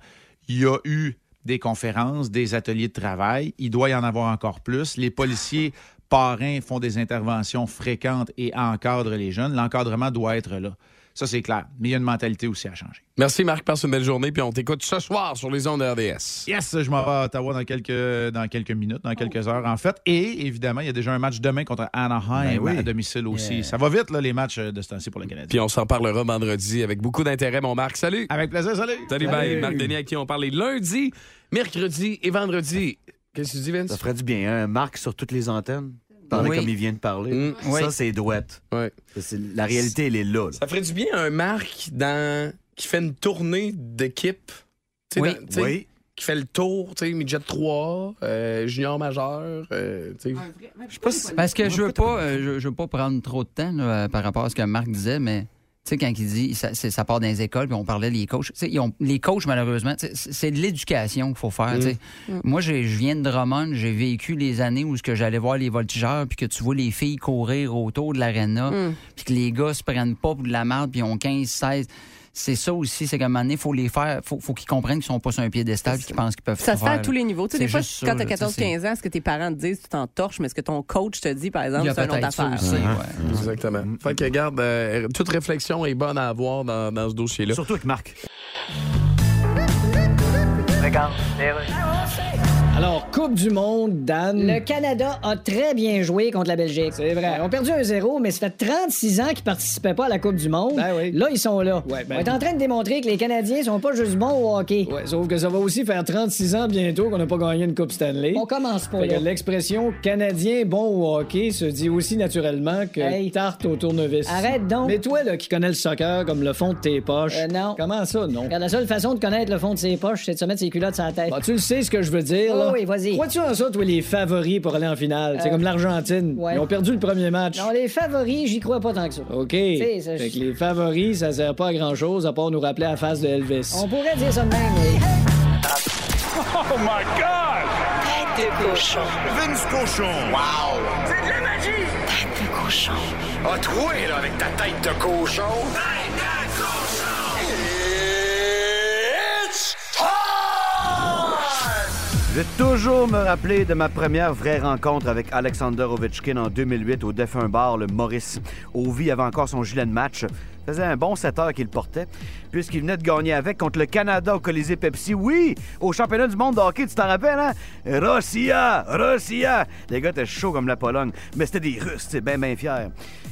S12: il y a eu des conférences, des ateliers de travail. Il doit y en avoir encore plus. Les policiers parrains font des interventions fréquentes et encadrent les jeunes. L'encadrement doit être là. Ça, c'est clair. Mais il y a une mentalité aussi à changer.
S3: Merci, Marc. Passe une belle journée, puis on t'écoute ce soir sur les ondes RDS.
S12: Yes, je m'en vais à Ottawa dans quelques, dans quelques minutes, dans quelques heures, en fait. Et évidemment, il y a déjà un match demain contre Anaheim
S3: Ben oui.
S12: à domicile aussi.
S3: Yeah.
S12: Ça va vite, là, les matchs euh, de ce temps-ci pour le Canadien.
S3: Puis on s'en parlera vendredi avec beaucoup d'intérêt, mon Marc. Salut!
S12: Avec plaisir, salut! Salut.
S3: Salut, bye. Marc Denis, à qui on parlait lundi, mercredi et vendredi. Qu'est-ce que tu dis, Vince?
S6: Ça ferait du bien, hein? un Marc sur toutes les antennes.
S3: Ben
S6: Parler
S3: Oui.
S6: comme il vient de parler.
S3: Mm. Oui.
S6: Ça, c'est douette. Ça, c'est- La réalité, elle est là. là.
S3: Ça ferait du bien un Marc dans... qui fait une tournée d'équipe. Tu sais,
S6: Oui.
S3: dans- tu sais,
S6: Oui.
S3: Qui fait le tour, tu sais, midget 3, euh, junior majeur. euh, tu sais.
S4: euh,
S10: Parce que je veux pas, euh, je, je veux pas prendre trop de temps là, par rapport à ce que Marc disait, mais
S4: Tu sais, quand il dit, ça, c'est- ça part dans les écoles, puis on parlait des coachs. Tu sais, ils ont- les coachs, malheureusement, tu sais, c'est c'est de l'éducation qu'il faut faire. tu sais.
S5: Mm.
S4: Moi, j'ai- je viens de Drummond, j'ai vécu les années où ce que j'allais voir les voltigeurs, puis que tu vois les filles courir autour de l'aréna,
S5: Mm.
S4: puis que les gars se prennent pas pour de la merde, puis ils ont 15, 16. C'est ça aussi, c'est qu'à un moment donné, il faut les faire, faut, faut qu'ils comprennent qu'ils sont pas sur un piédestal, puis qu'ils pensent qu'ils peuvent
S5: Ça se fait à
S4: faire.
S5: tous les niveaux. Tu sais, des
S4: C'est
S5: fois,
S4: juste ça,
S5: quand
S4: là,
S5: t'as
S4: tu sais,
S5: 14,
S4: c'est-
S5: 15 ans, ce que tes parents te disent, tu t'entorches, mais ce que ton coach te dit, par exemple, c'est une autre affaire.
S3: Exactement.
S6: Mm.
S3: Fait que, regarde, euh, toute réflexion est bonne à avoir dans, dans ce dossier-là.
S6: Surtout avec Marc.
S7: Alors, Coupe du Monde, Dan. Le Canada a très bien joué contre la Belgique. C'est vrai. On a perdu un 0 mais ça fait 36 ans qu'ils participaient pas à la Coupe du Monde. Là, ils sont là.
S8: ben-
S7: On est en train de démontrer que les Canadiens sont pas juste bons au hockey.
S8: Ouais, sauf que ça va aussi faire 36 ans bientôt qu'on n'a pas gagné une Coupe Stanley.
S7: On commence pas
S8: Fait que
S7: là.
S8: l'expression Canadien bon au hockey se dit aussi naturellement que
S7: Hey.
S8: tarte au tournevis.
S7: Arrête donc.
S8: Mais toi, là, qui connais le soccer comme le fond de tes poches.
S7: Euh, non.
S8: Comment ça, non?
S7: Regarde, la seule façon de connaître le fond de ses poches, c'est de se mettre ses culottes sur la tête.
S8: Bah, tu le sais ce que je veux dire, là.
S7: Oh oui, vas-y.
S8: Crois-tu en ça, toi, les favoris pour aller en finale? C'est
S7: Euh,
S8: comme l'Argentine.
S7: ouais.
S8: Ils ont perdu le premier match.
S7: Non, les favoris, j'y crois pas tant que ça.
S8: OK.
S7: sais, ça,
S8: Fait
S7: je-
S8: que les favoris, ça sert pas à grand-chose à part nous rappeler la face de Elvis.
S7: On pourrait dire ça de même, mais-
S12: Oh my God! Tête de cochon. Vince cochon. Wow! C'est de la magie! Tête de cochon. A troué, là, avec ta tête de cochon. Tête de cochon! It's
S6: Je vais toujours me rappeler de ma première vraie rencontre avec Alexander Ovechkin en 2008 au défunt bar Le Maurice. Ovi avait encore son gilet de match. faisait un bon 7 heures qu'il portait, puisqu'il venait de gagner avec contre le Canada au Colisée Pepsi. Oui, au championnat du monde de hockey, tu t'en rappelles, hein? Russia! Russia! Les gars étaient chauds comme la Pologne, mais c'était des Russes, c'est bien, bien fier.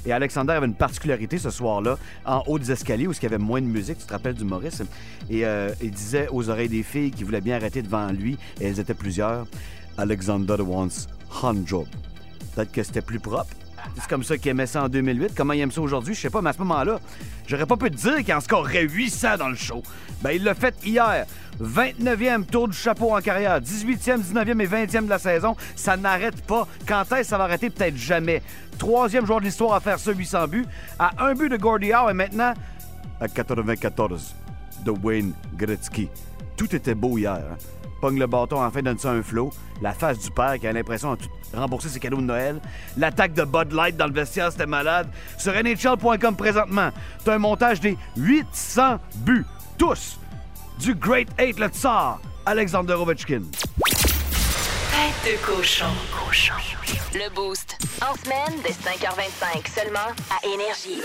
S6: Et Alexander avait une particularité ce soir-là, en haut des escaliers, où il y avait moins de musique, tu te rappelles du Maurice, et euh, il disait aux oreilles des filles qui voulaient bien arrêter devant lui, et elles étaient plusieurs, Alexander wants 100. Peut-être que c'était plus propre. C'est comme ça qu'il aimait ça en 2008. Comment il aime ça aujourd'hui, je sais pas, mais à ce moment-là, j'aurais pas pu te dire qu'il en scorerait 800 dans le show. Ben, il l'a fait hier. 29e tour du chapeau en carrière, 18e, 19e et 20e de la saison. Ça n'arrête pas. Quand est-ce que ça va arrêter? Peut-être jamais. Troisième joueur de l'histoire à faire ça, 800 buts. À un but de Gordie Howe et maintenant à 94 de Wayne Gretzky. Tout était beau hier. hein. Pogne le bâton, enfin donne ça un flot. La face du père qui a l'impression de tout rembourser ses cadeaux de Noël. L'attaque de Bud Light dans le vestiaire, c'était malade. Sur NHL.com présentement, t'as un montage des 800 buts. Tous du Great Eight, le tsar, Alexander Ovechkin.
S1: Tête de cochon. Le Boost. En semaine, dès 5h25, seulement à Énergie.